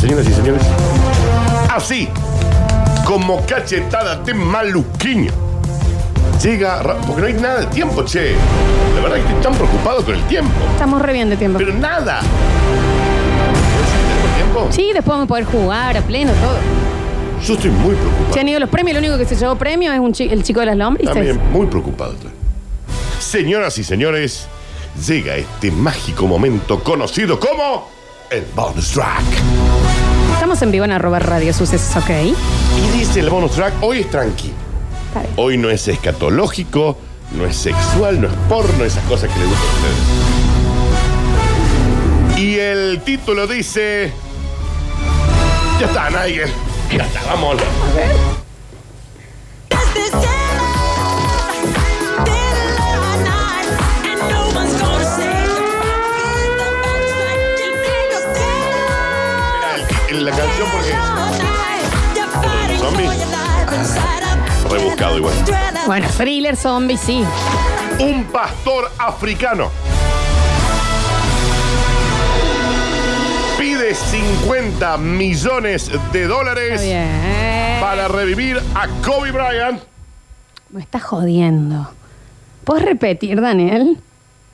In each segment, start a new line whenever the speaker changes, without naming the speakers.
Señoras y señores, así como cachetada de maluquiño. Llega, Ra- porque no hay nada de tiempo, che. La verdad es que estoy tan preocupado con el tiempo.
Estamos re bien de tiempo.
Pero nada. ¿Tengo tiempo?
Sí, después vamos a poder jugar a pleno, todo.
Yo estoy muy
Se
preocupado.
han ido los premios, lo único que se llevó premio es un chi- el chico de las lombrices.
También muy preocupado estoy. Señoras y señores, llega este mágico momento conocido como el bonus track.
Estamos en vivo en arroba radio sucesos, ¿ok?
Y dice el bonus track, hoy es tranqui.
Está bien.
Hoy no es escatológico, no es sexual, no es porno, esas cosas que le gustan a ustedes. Y el título dice... Ya está, Nigel. Ya está, vámonos. Mira, el- La canción porque...
Rebuscado igual.
Bueno, thriller, zombie, sí.
Un pastor africano pide 50 millones de
Está
dólares
bien.
para revivir a Kobe Bryant.
Me está jodiendo. ¿Puedes repetir, Daniel?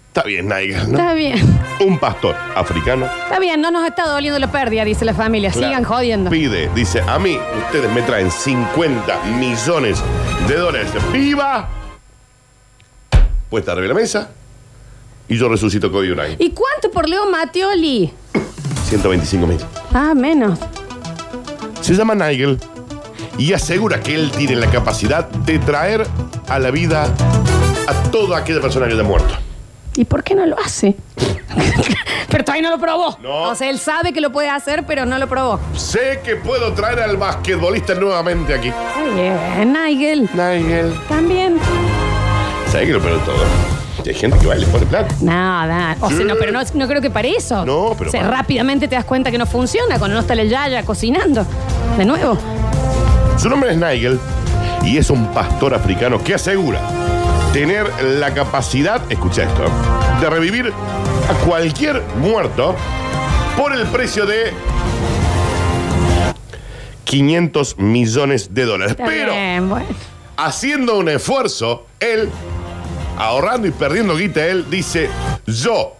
Está bien, Nigel, ¿no?
Está bien.
Un pastor africano.
Está bien, no nos está doliendo la pérdida, dice la familia. Sigan
claro,
jodiendo.
Pide, dice, a mí ustedes me traen 50 millones de dólares. ¡Viva! Puesta arriba de la mesa. Y yo resucito a Kobe Bryant.
¿Y cuánto por Leo Mattioli?
125 mil.
Ah, menos.
Se llama Nigel y asegura que él tiene la capacidad de traer a la vida a toda aquella persona que haya muerto.
¿Y por qué no lo hace? pero todavía no lo probó.
No.
O sea, él sabe que lo puede hacer, pero no lo probó.
Sé que puedo traer al basquetbolista nuevamente aquí.
Está bien, Nigel.
Nigel.
También.
¿Sabes que lo peor de todo? Que Hay gente que va y le pone plata.
Nada. O sea,
Sí.
no, pero no, no creo que para eso.
No, pero
O sea,
para-
rápidamente te das cuenta que no funciona cuando no está el yaya cocinando. De nuevo.
Su nombre es Nigel y es un pastor africano que asegura tener la capacidad, escucha esto, de revivir a cualquier muerto por el precio de 500 millones de dólares.
Está
Pero
bien, bueno.
haciendo un esfuerzo, él, ahorrando y perdiendo guita, él dice, yo,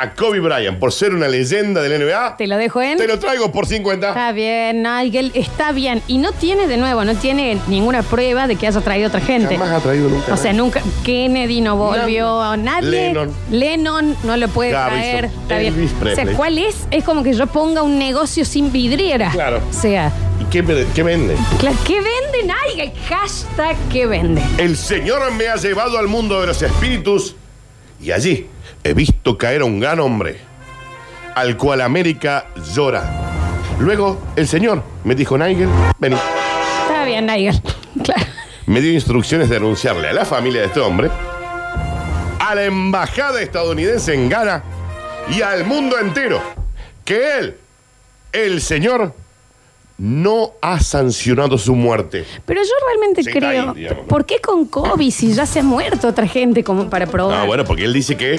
a Kobe Bryant, por ser una leyenda del NBA,
Te lo dejo en.
te lo traigo por 50.
Está bien, Nigel, está bien. Y no tiene, de nuevo, no tiene ninguna prueba de que haya traído otra gente.
Jamás ha traído nunca.
O sea, nunca. Kennedy no volvió a nadie.
Lennon.
Lennon no lo puede
Garrison.
traer. Está
Elvis
bien. O sea,
Presley.
¿cuál es? Es como que yo ponga un negocio sin vidriera.
Claro.
O sea,
¿Y qué, vende- qué vende?
claro, ¿qué vende Nigel? Hashtag ¿qué vende?
El Señor me ha llevado al mundo de los espíritus y allí he visto caer a un gran hombre, al cual América llora. Luego el Señor me dijo, Nigel, vení.
Está bien, Nigel. Claro.
Me dio instrucciones de anunciarle a la familia de este hombre, a la embajada estadounidense en Ghana y al mundo entero que él, el Señor, no ha sancionado su muerte.
Pero yo realmente
Sí, está
creo.
ahí, digamos.
¿Por qué con Kobe si ya se ha muerto otra gente como para probar?
Ah, bueno, porque él dice que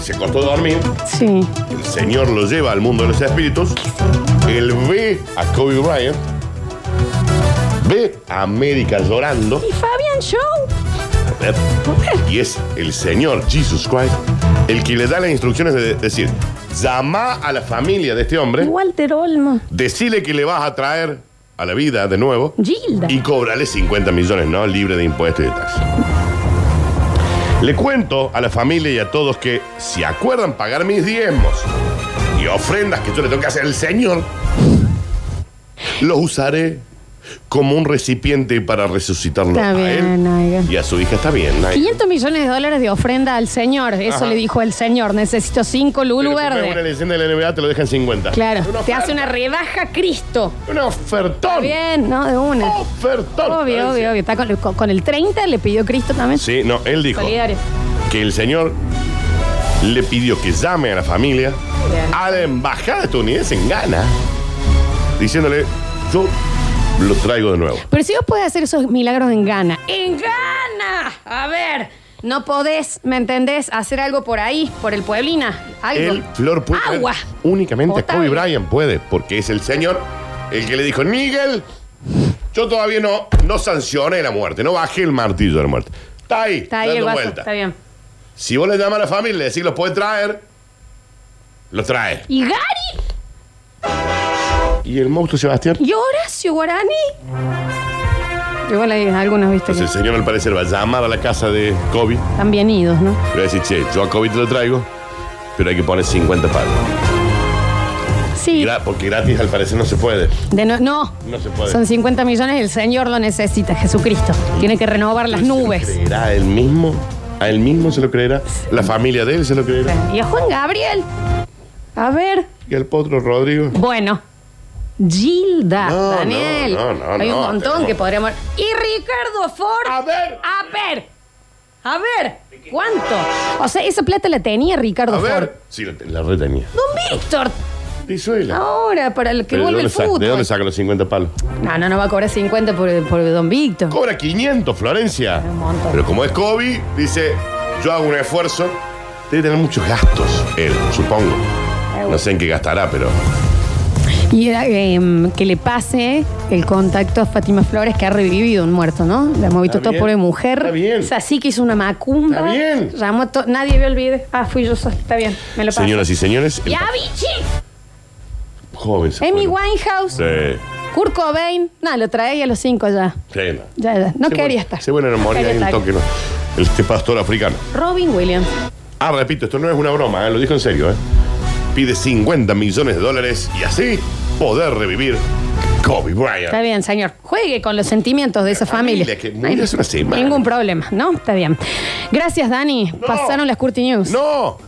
se costó dormir.
Sí.
El Señor lo lleva al mundo de los espíritus. Él ve a Kobe Bryant. Ve a América llorando.
¿Y Fabian Show?
Y es el Señor Jesus Christ el que le da las instrucciones de decir: llama a la familia de este hombre,
Walter Olmo.
decile que le vas a traer a la vida de nuevo
Gilda.
y cobrale 50 millones, ¿no? Libre de impuestos y de taxes. Le cuento a la familia y a todos que si acuerdan pagar mis diezmos y ofrendas que yo le tengo que hacer al Señor, los usaré como un recipiente para resucitarlo
Está
a
bien,
él
Nigel.
y a su hija. Está bien, Nigel.
500 millones de dólares de ofrenda al señor. Eso
Ajá.
le dijo el señor. Necesito 5
Pero
Lulu
como es Una
verde.
leyenda de la NBA te lo dejan 50.
Claro.
Una
Te hace
oferta,
una rebaja Cristo.
Un ofertón.
Bien, no, de una.
Ofertón.
Obvio, obvio, obvio. Está con, con- con el 30 le pidió Cristo también.
Sí, no, él dijo.
Solidario.
que el señor le pidió que llame a la familia
Bien.
a la embajada estadounidense en Ghana, diciéndole, yo lo traigo de nuevo.
Pero si vos podés hacer esos milagros en Ghana. ¡En Ghana! A ver. No podés, ¿me entendés? Hacer algo por ahí, por el Pueblina. Algo.
El Flor puede traer
Agua.
únicamente
Potable.
a Kobe Bryant puede, porque es el señor el que le dijo, Nigel, yo todavía no, no sancioné la muerte, no bajé el martillo de la muerte. Está ahí,
Está ahí el
dando
guaso.
vuelta.
Está bien.
Si vos le llamas a la familia y le decís, los puede traer, los trae.
¿Y Gary?
Y el monstruo Sebastián.
¿Y Horacio Guarani? Igual hay algunos, viste, que
Entonces el señor al parecer va a llamar a la casa de Kobe y
están bien idos, ¿no?
va a decir, che, yo a Kobe te lo traigo, pero hay que poner 50 palos.
Sí.
Gra- porque gratis al parecer no se puede.
De no, no.
No se puede.
Son 50 millones, el Señor lo necesita, Jesucristo. Tiene que renovar las
¿Se lo
nubes.
¿Creerá a él mismo? ¿A él mismo se lo creerá? ¿La familia de él se lo creerá?
¿Y a Juan Gabriel? A ver.
¿Y al potro Rodrigo?
Bueno. Gilda,
No,
Daniel.
no, no, no,
Hay un
no,
montón
tenemos-
que podríamos. Y Ricardo Ford.
A ver.
A ver. A ver. ¿Cuánto? O sea, esa plata la tenía Ricardo
A
Ford.
ver. Sí, la, la retenía.
Don Víctor.
Disuela.
Ahora, para el Ah, que
¿De,
vuelve
dónde
el
saca-
fútbol.
¿De dónde saca los 50 palos?
No, no, no va a cobrar 50 por, por Don Víctor.
Cobra 500, Florencia.
un montón.
Pero como es Kobe, dice, yo hago un esfuerzo. Debe tener muchos gastos, él, supongo. No sé en qué gastará, pero...
Y era eh, que le pase el contacto a Fátima Flores, que ha revivido un muerto, ¿no? La hemos visto
Está
todo
bien,
pobre mujer.
está bien.
Es así que hizo una macumba.
Está bien.
Llamó a to- Nadie me olvide. Ah, fui yo sola. Está bien. Me lo paso.
Señoras y señores, el
Y Avicii,
joven se
Amy
fue.
Winehouse,
Sí,
Kurt Cobain. No, lo traía a los cinco ya.
sí, no.
Ya, ya. No
Se
quería
bueno-
estar.
Se bueno, en morir
Quería
ahí un
estar.
toque, ¿no? El este pastor africano.
Robin Williams.
Ah, repito, esto no es una broma, ¿eh? lo dijo en serio. ¿eh? Pide 50 millones de dólares y así poder revivir Kobe Bryant.
Está bien, señor. Juegue con los sentimientos de esa familia.
familia que murió hace una semana.
Ningún problema, ¿no? Está bien. Gracias, Dani. Pasaron las Curti News.
¡No!